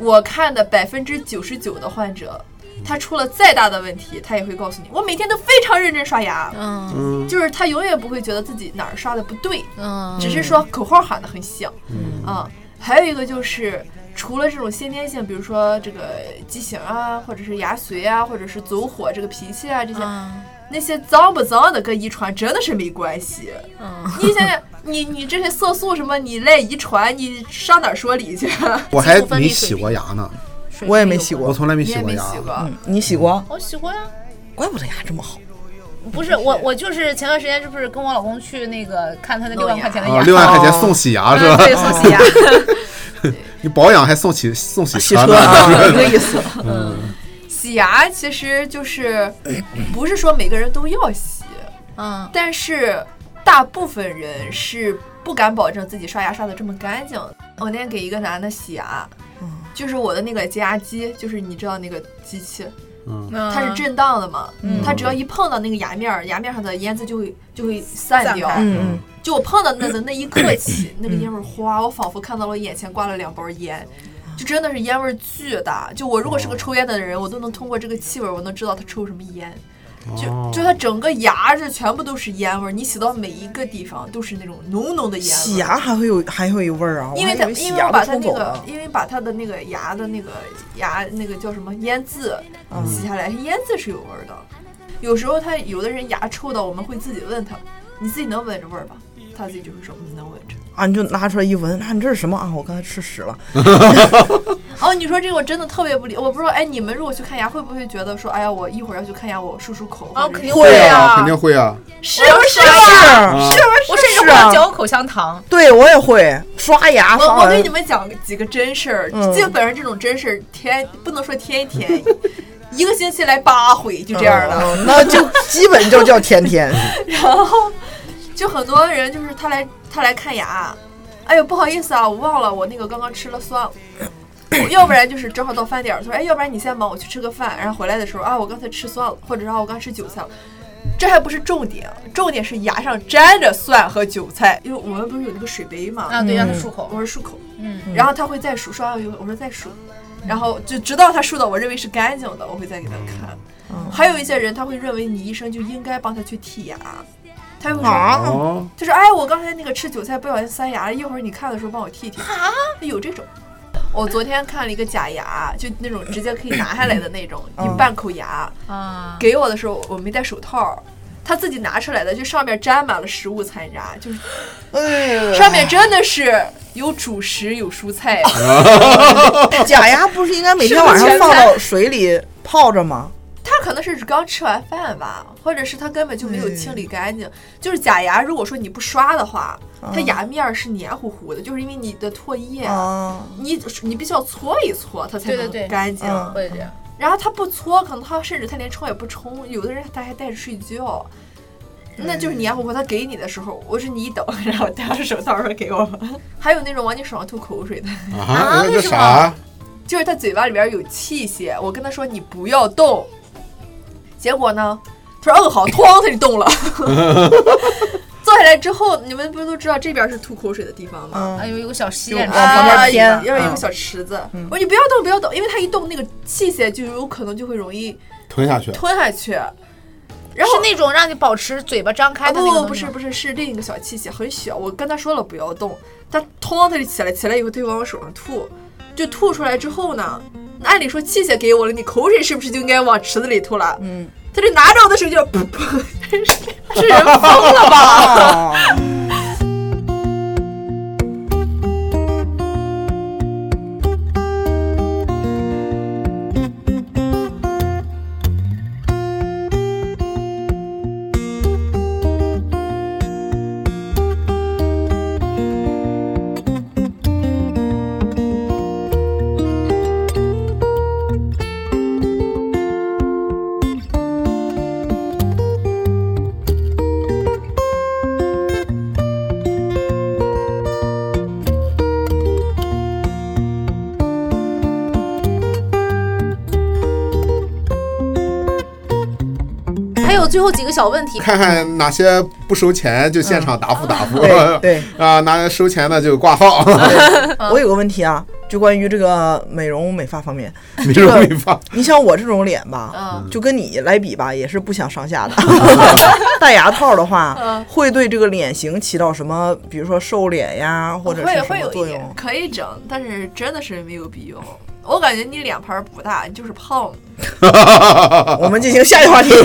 我看的百分之九十九的患者，他出了再大的问题，他也会告诉你，我每天都非常认真刷牙，嗯嗯，就是他永远不会觉得自己哪儿刷的不对，嗯，只是说口号喊得很响。嗯啊，还有一个就是。除了这种先天性，比如说这个畸形啊，或者是牙髓啊，或者是走火这个脾气啊，这些、嗯那些脏不脏的跟遗传真的是没关系。嗯你想想，你你这些色素什么，你赖遗传，你上哪儿说理去？啊我还肌肤分没泌洗水平过牙呢，水我也平没有洗关过我从 来没你洗也过没牙啊洗。过，嗯你洗过？我洗过呀，怪不得牙这么好。不是我，我就是前段时间是不是跟我老公去那个看他的六万块钱的啊，牙，六万块钱送洗牙是嗯吧？ 对，送洗牙， 你保养还送洗送洗洗车车呢？啊，一个意思。洗牙其实 就是不是说每个人都要洗，嗯但是大部分人是不敢保证自己刷牙刷的这么干净。我那天给一个男的洗牙，嗯就是我的那个洁牙机，就是你知道那个机器，嗯，它是震荡的嘛，嗯它只要一碰到那个牙面儿，牙面上的烟渍就会就会散散掉。开嗯就我碰到那的那一刻起，那个烟味儿哗，我仿佛看到了我眼前挂了两包烟，就真的是烟味儿巨大。就我如果是个抽烟的人，我都能通过这个气味儿，我能知道他抽什么烟。就哦就他整个牙这全部都是烟味儿，你洗到每一个地方都是那种浓浓的嗯，烟味儿。洗牙还会有还会有味儿啊？因为他他因为我把他那个了，因为把他的那个牙的那个牙那个叫什么烟渍洗下来，烟渍是有味儿的。有时候他有的人牙臭到，我们会自己问他，你自己能闻着味儿吧？他自己就会说，嗯，能闻着。啊，你就拿出来一闻，啊，你这是什么啊？我刚才吃屎了。哦，你说这个我真的特别不理，我不知道，哎，你们如果去看牙，会不会觉得说，哎呀，我一会儿要去看牙，我漱漱口？哦或者肯是定会啊，啊肯定会啊。是不是呀？啊是，我甚至是会啊嚼口香糖，对我也会刷牙刷我我完给你们讲几个真事儿，嗯基本上这种真事儿天不能说天天，一个星期来八回，就这样了。嗯那就基本就叫天 天。然后就很多人就是他来他来看牙，哎呦不好意思啊，我忘了我那个刚刚吃了蒜， 要不然就是正好到饭点儿，他说哎要不然你先忙，我去吃个饭，然后回来的时候啊我刚才吃蒜了，或者啊我刚吃韭菜了。这还不是重点，重点是牙上沾着蒜和韭菜，因为我们不是有那个水杯嘛，啊，对，让他漱口，我是漱口，嗯，然后他会再数，刷完以后我说再数，然后就直到他数到我认为是干净的，我会再给他看。还有一些人他会认为你医生就应该帮他去剔牙，他会说，啊，哦，就是哎，我刚才那个吃韭菜不小心塞牙了，一会儿你看的时候帮我剔剔。啊，有这种。我昨天看了一个假牙，就那种直接可以拿下来的那种，嗯一半口牙。啊，给我的时候我没戴手套，他自己拿出来的，就上面沾满了食物残渣，就是哎上面真的是有主食有蔬菜。假牙不是应该每天晚上放到水里泡着吗？他可能是刚吃完饭吧，或者是他根本就没有清理干净。就是假牙，如果说你不刷的话，它牙面儿是黏糊糊的，就是因为你的唾液，啊，你你必须要搓一搓，它才对对能对干净。嗯会这样，然后他不搓，可能他甚至他连冲也不冲，有的人他还带着睡觉。那就是黏糊糊，他给你的时候，我说你等，然后戴上手套说给我吧。 还有那种往你手上吐口水的，啊，那为这什么啥？就是他嘴巴里边有器械，我跟他说你不要动，结果呢，他说嗯好，哐他就动了。 坐下来之后，你们不是都知道这边是吐口水的地方嗯吗？啊，有有个小吸眼有罩，往旁边啊偏要有一嗯个小池子。我说你不要动，不要动，因为他一动那个器械就有可能就会容易吞下去。吞下去。然是后那种让你保持嘴巴张开啊的不那种，不不不是不是是另一个小器械，很小。我跟他说了不要动，他哐他就起来，起来以后他就往我手上吐，就吐出来之后呢，那按理说器械给我了，你口水是不是就应该往池子里吐了？嗯，他就拿着我的手就噗噗， 这人疯了吧？啊， 还有最后几个小问 题，看看哪些不收钱就现场答复答复， 啊对对。啊，拿收钱的就挂号。嗯我有个问题啊，就关于这个美容美发方面，美这容个美发，你像我这种脸吧，嗯就跟你来比吧，也是不相上 下的。戴牙套的嗯话，会对这个脸型起到什么，比如说瘦脸呀， 或者哦会是什会么有作一用点？可以整，但是真的是没有必要。我感觉你脸盘儿不大，你就是胖。我们进行下一个话题。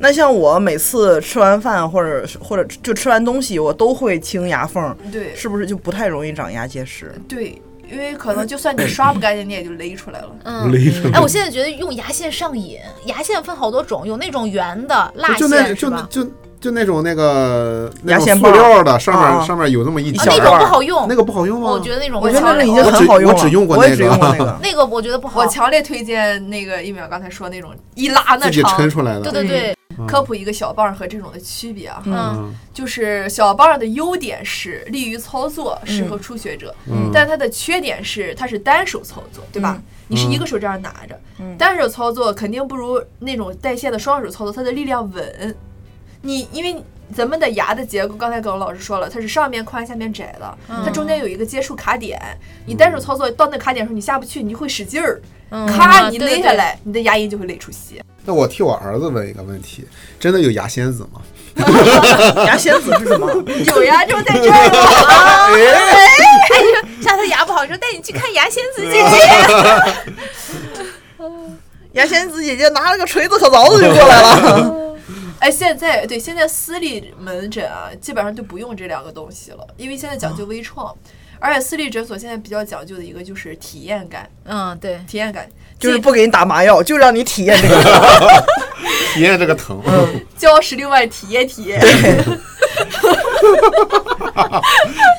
那像我每次吃完饭或者是或者就吃完东西，我都会清牙缝，对是不是就不太容易长牙结石？对，因为可能就算你刷不干净，你也就勒出来了。嗯。勒出来哎，我现在觉得用牙线上瘾，牙线分好多种，有那种圆的蜡就那线就是那吧？就就那种那个那牙种线塑棒料的，上啊啊面上面有那么一啊，小那块种不儿，好用那，个不好用吗？啊我觉得那种我不哦我觉觉好。得得那那已已经经我很很好好用了用了，我只用过我也那只个用过那个那个我觉得不好我。强烈推荐那个一淼刚才说那种一拉那自己抻长。出来的。对对对，科普一个小棒儿和这种的区别啊，嗯，嗯就是小棒儿的优点是利于操作，适合初学者，嗯但它的缺点是它是单手操作，对吧？你是一个手这样拿着，嗯单手操作肯定不如那种带线的双手操作，它的力量稳。你因为咱们的牙的结构，刚才耿老师说了，它是上面宽下面窄的，它中间有一个接触卡点，你单手操作到那卡点的时候你下不去，你就会使劲儿，咔、啊你对对勒下对来，你的牙龈就会勒出血。那我替我儿子问一个问题：真的有牙仙子吗？牙仙子是什么？有呀，这不在这儿吗？下次牙不好，说带你去看牙仙子姐牙仙子姐姐拿了个锤子和凿子就过 来了。 哎，现在对现在私立门诊啊，基本上就不用这两个东西了，因为现在讲究微创，哦而且私立诊所现在比较讲究的一个就是体验感，嗯，对，体验感就是不给你打麻药，就让你体验这个。体验这个疼。嗯礁石另外体验体验。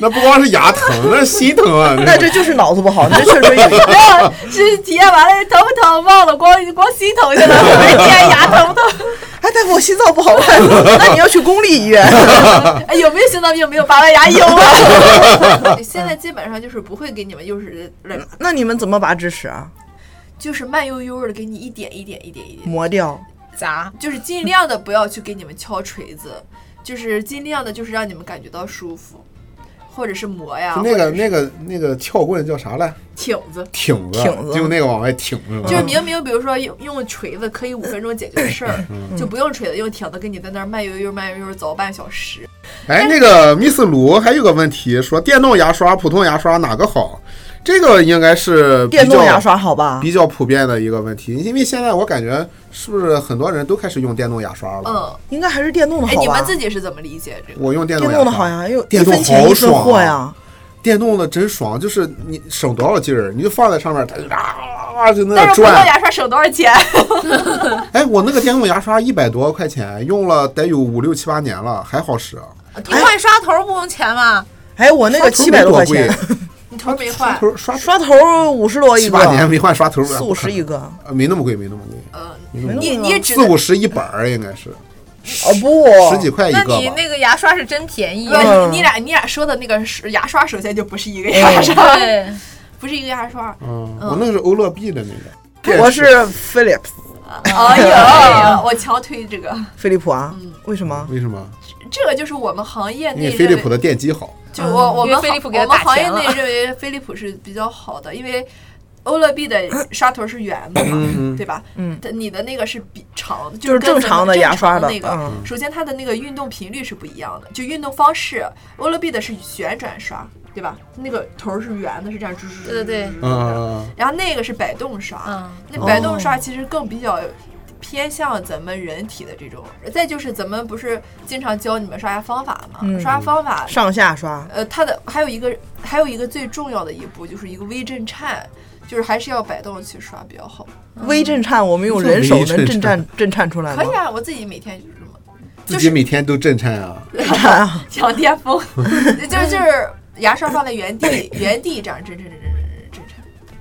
那不光是牙疼，那是心疼 啊！那这就是脑子不好，这确 实有。没有，是哎体验完了疼不疼忘了，光光心疼去了， 没体验牙疼不疼？哎，大夫，我心脏不好，那你要去公立医 院。哎，有没有心脏病？没有，拔完牙有 了。 现在基本上就是不会给你们，就是那你们怎么拔智齿啊？就是慢悠悠的给你一点一点一点一点，磨掉。砸，就是尽量的不要去给你们敲锤子，就是尽量的就是让你们感觉到舒服，或者是磨呀，那或个者是那个那个撬棍叫啥来？挺子。挺子，挺子就那个往外挺是吧？就是明明，比如说用用锤子可以五分钟解决的事儿，嗯就不用锤子，用挺子跟你在那儿慢悠悠、慢悠悠凿半小时。哎，那个 Miss 卢还有个问题，说电动牙刷、普通牙刷哪个好？这个应该是比较电动牙刷好吧？比较普遍的一个问题，因为现在我感觉是不是很多人都开始用电动牙刷了？嗯，应该还是电动的哎，好你吧们？自己是怎么理解这个？我用电动电牙刷动的好呀，又哎一电动分钱好一分爽货啊呀。电动的真爽，就是你省多少劲儿，你就放在上面，它就啊就那但是葡萄转。牙刷省多少钱？哎，我那个电动牙刷一百多块钱，用了得有五六七八年了，还好使。啊你换刷头不用钱吗？哎，我那个七百多块钱，你头儿没刷换，头刷刷头五十多一七八年个，没换刷头，四五十一个。呃，没那么贵，没那么贵，嗯，没那么贵你你指四五十一本儿应该是哦不，十几块一那个吧你。那个牙刷是真便 宜，不嗯你俩你俩说的那个是牙刷，首先就不是一个牙刷，对，不是一个牙刷。嗯，我那个是欧乐 B 的那个。我是 Philips 哎呦，我强推这个，飞利浦啊？嗯为什么？为什么？这个就是我们行业因为内飞利浦认为，的电机好。就我我嗯因为们飞利行浦给我他们打行业钱了内认为飞利浦是比较好的，因为欧乐 B 的刷头是圆的嘛，对吧？嗯，你的那个是比长的，就就是跟正常的咱们牙刷的正常那个。嗯首先，它的那个运动频率是不一样的，就运动方式，欧乐 B 的是旋转刷，对吧？那个头儿是圆的，是这样，对对对。嗯，然后那个是摆动刷，嗯那摆动刷其实更比较偏向咱们人体的这种。再就是咱们不是经常教你们刷牙方法嘛，刷牙方法，上下刷，呃，它的还有一个还有一个最重要的一步就是一个微震颤，就是还是要摆动去刷比较好。微震颤，我们用人手嗯微能震颤震颤震颤出来嗯可吗？以啊，我自己每天就是这么 自己每天都震颤啊。抢巅峰，就是就是牙刷放在原地原地这样震震震震震震震。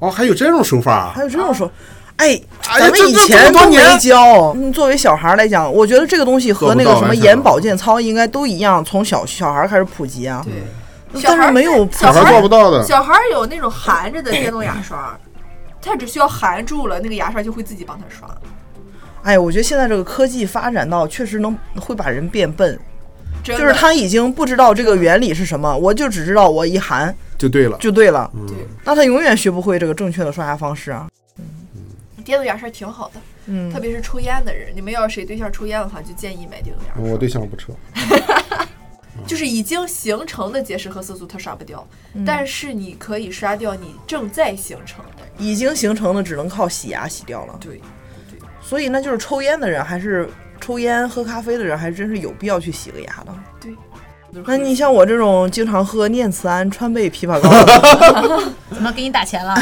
哦，还有这种手法还有这种说，哎，啊哎呀咱们这以这前这么多都没年教。嗯作为小孩儿来讲，我觉得这个东西和那个做不到什么完全眼不保健操应该都一样，从小小孩儿开始普及啊。对。小但孩是儿没有普小小孩孩儿做不到的。小孩儿有那种含着的电动牙刷，他只需要含住了，那个牙刷就会自己帮他刷。哎，我觉得现在这个科技发展到确实能会把人变笨，就就是他已经不知道这个原理是什么，我就只知道我一含就对了。就对了。嗯对，那他永远学不会这个正确的刷牙方式啊。电动牙刷挺好的，嗯特别是抽烟的人，你们要是谁对象抽烟的话，就建议买电动牙刷。我对象不抽，就是已经形成的结石和色素它刷不掉，嗯但是你可以刷掉你正在形成的。已经形成的只能靠洗牙洗掉了。对，所以那就是抽烟的人还是抽烟喝咖啡的人，还真是有必要去洗个牙的。对。那你像我这种经常喝念慈庵、川贝枇杷膏 的，怎么给你打钱了？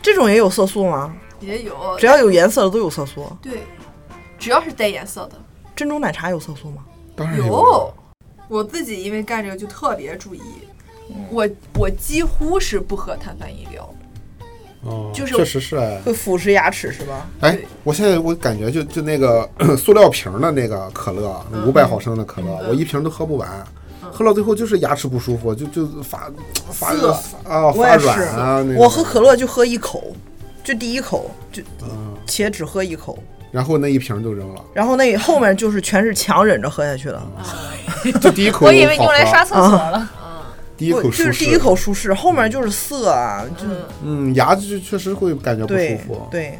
这种也有色素吗？也有只要有颜色的都有色素。对，只要是带颜色的珍珠奶茶有色素吗？当然有。我自己因为干这个就特别注意，嗯我我几乎是不喝碳酸饮料。哦，就是确实是哎。会腐蚀牙齿是吧？哎，我现在我感觉就就那个 塑料瓶儿的那个可乐，嗯五百毫升的可乐，我一瓶都喝不完，喝到最后就是牙齿不舒服，就就发发涩啊我发也是软啊。那，种我喝可乐就喝一口，就第一口就，且只喝一口，然后那一瓶就 扔了，然后那后面就是全是强忍着喝下去的，嗯就第一口我以为你好用来喝刷厕所了。第一我口嗯就是舒第一适，口舒适，后面就是涩啊，就嗯，牙就确实会感觉不舒对服。对，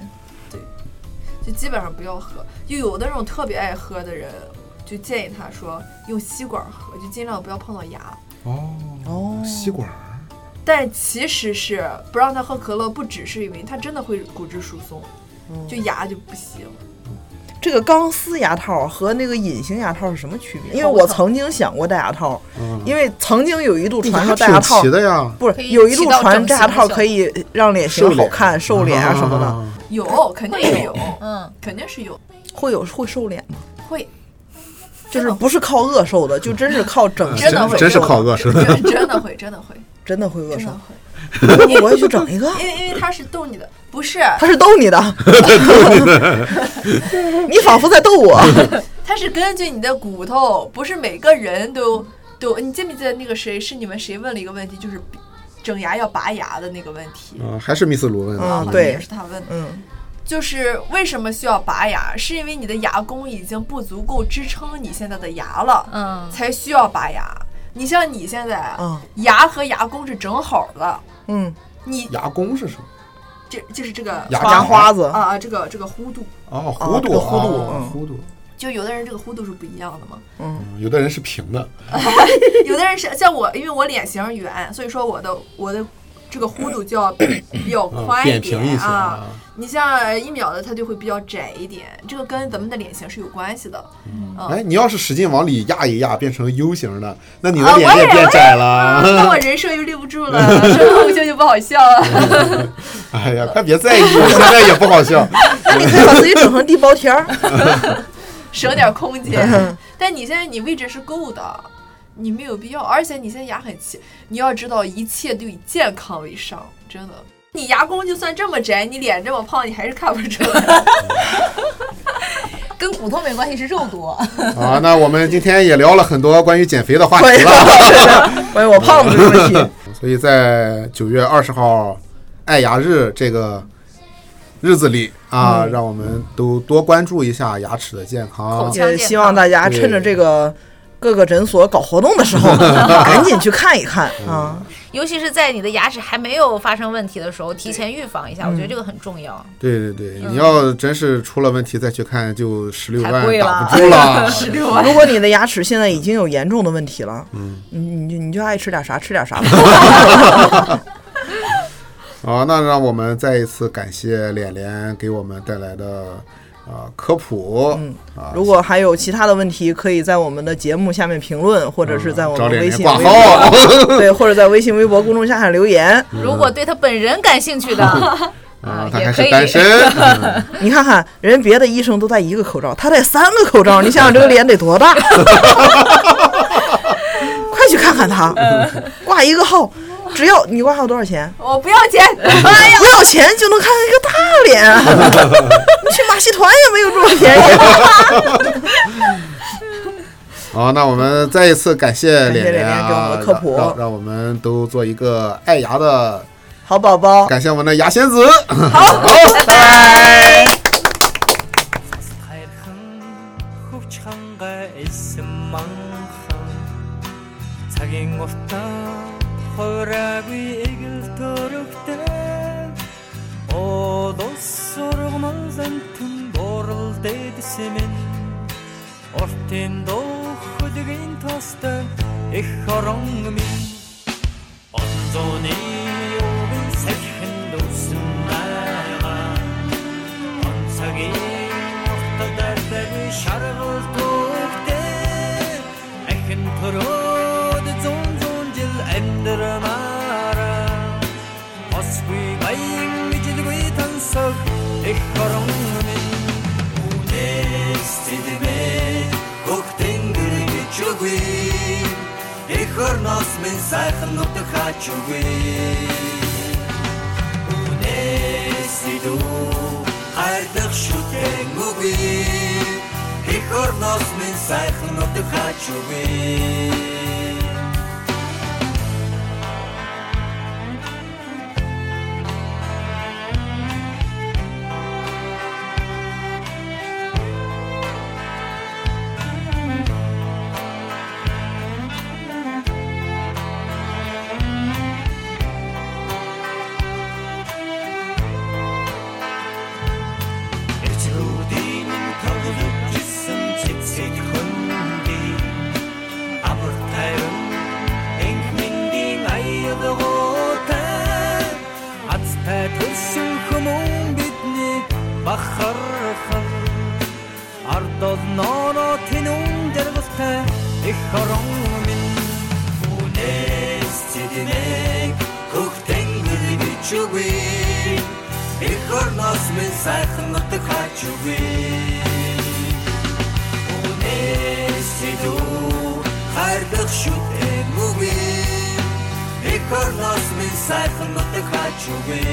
就基本上不要喝。就有的那种特别爱喝的人，就建议他说用吸管喝，就尽量不要碰到牙。哦哦吸管儿，但其实是不让他喝可乐，不只是因为他真的会骨质疏松，嗯就牙就不行。这个钢丝牙套和那个隐形牙套是什么区别？因为我曾经想过戴牙套，嗯，因为曾经有一度传说戴挺牙套齐的呀，不可是以有一度起到传整戴牙形套效可以让脸型好看、瘦脸啊什么的，的。有肯定是有，嗯，肯定是有，会有会瘦脸吗？会就是不是靠饿瘦的，就真是靠整形真的会啊真是有靠饿是吧？真真的会，真的会，真的会 饿真瘦的。会， 我也去整一个，因为因为它是逗你的，不是，他是逗 你的， 你仿佛在 逗我。它是根据你的骨头，不是每个人都都，你记不记得那个谁是你们谁问了一个问题，就是整牙要拔牙的那个问题。嗯，还是密斯卢问的。嗯啊对也是他问的。嗯，就是为什么需要拔牙？是因为你的牙弓已经不足够支撑你现在的牙了，嗯才需要拔牙。你像你现在，嗯牙和牙弓是整好的，嗯，你牙弓是什么？这就是这个牙牙花子啊，啊，这个这个弧度，哦，弧这度个啊，弧度嗯弧度。就有的人这个弧度是不一样的嘛，嗯有的人是平的，有的人是像我，因为我脸型圆，所以说我的我的这个弧度就要比较嗯宽扁点平一些啊啊。你像一秒的，它就会比较窄一点，这个跟咱们的脸型是有关系的。哎，你要是使劲往里压一压，变成 U 型的，那你啊的脸我也也变窄啊了。那我人设又立不 住了，说脱口秀就不好笑了。哎呀，快别在意， 我现在也不好笑。那你可以把自己整成地包 天儿。省点空间。但你现在你位置是够的，你没有必要，而且你现在牙很齐，你要知道一切都以健康为上，真的。你牙弓就算这么窄，你脸这么胖，你还是看不出来。跟骨头没关系，是肉多。啊，那我们今天也聊了很多关于减肥的话 题了。关于哎我胖子这个问题，所以在九月二十号爱牙日这个日子里嗯啊，让我们都多关注一下牙齿的健口康腔。也希望大家趁着这个各个诊所搞活动的时 候，赶紧去看一看嗯啊。尤其是在你的牙齿还没有发生问题的时候，提前预防一下，我觉得这个很重要。对对对，你要真是出了问题再去看，就十六嗯太贵万了打不住 了。如果你的牙齿现在已经有严重的问题了，嗯，你你就你就爱吃点啥吃 点啥吧。好，那让我们再一次感谢脸脸给我们带来的啊、科普。嗯啊，如果还有其他的问题，可以在我们的节目下面评论，或者是在我嗯找们脸微脸信、挂微博， 号。对，或者在微信、微博公众下面留言。如果对他本人感兴趣的，啊啊，他也还可是以单身。 嗯你看看人别的医生都戴一个口罩，他戴三个口罩，你想想这个脸得 多大？ 快去看看他，嗯挂一个号，只要你挂号多少钱？我不要钱，不要钱就能看一个大脸，啊你去马戏团也没有这么便宜。好，那我们再一次感谢谢脸脸脸啊给我们的科让普让让我们都做一个爱牙的。好宝宝，感谢我们的牙仙子。 сайхан хөвч хангаа эсэм манхан цагийн уртаа хойр Хараагүй эгэл төрөхтэй Одос сургамал амтэн борол дэдсэмэн Ортын дөхөлгийн тостой их хорон минь Онцоны юугийн сахин дүсэн байгаа Онцагийн уртадар бэри шаргал түүхтэй Ахин төрөөд зүүн зүүн жил амьдрамаараа Осгүй баян мижилгүй тансаг их хорон минь Үнээс тидмээ гог тэнгэр гэж үгүй Их хорноос минь сайхан нутаг хаач үгүй Үнэсидүү хайрдах шүтэн үгүй Их орноос минь сайхан нутаг хаач үгүй Эрчгүүдийн тоглож гисэн цэцэг хөндөй Амар тайван энх миндийн аялгуутай Азтай төлсөн хүмүүн бидний бахархан Ардол ноно тэнүүн дэргэлтэй их хорон минь Үнээс цэдэнэг хөх тэнгэр гэж үгүй Их орноос минь сайхан нутаг хаач үгүй Үнэсидүү хайрдах шүтэн үгүй Их орноос минь сайхан нутаг хаач үгүй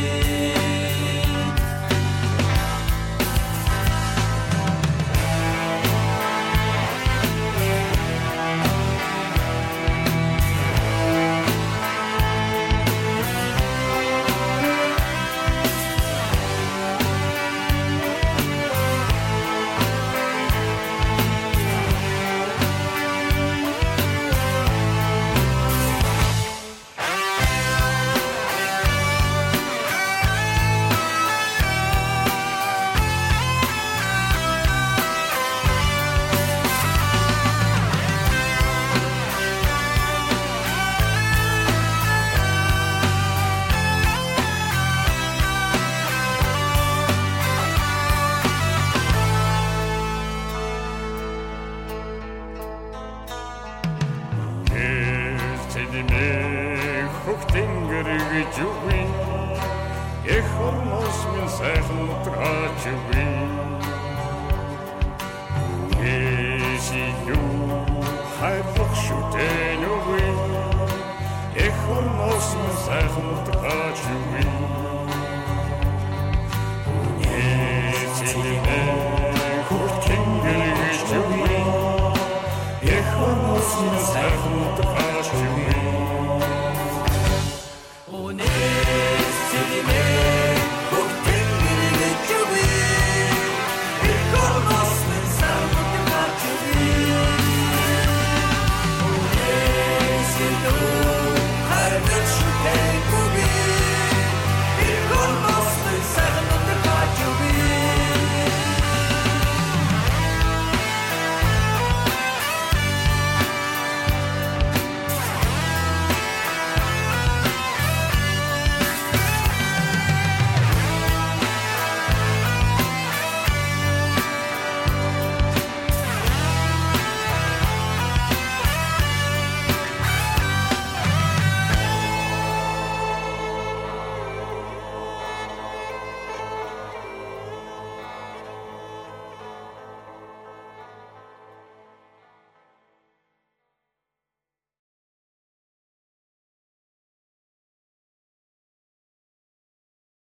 Эх тэдний хөхтэн гэргэж үгүй Эх хормос минь сайхан утгаач үгүй Үгээси юу хайрлах шүтэн үгүй Эх хормос минь сайхан утгаач үгүй Эх тэдний хөхтэн гэргэж үгүй Эх хормос минь сайхан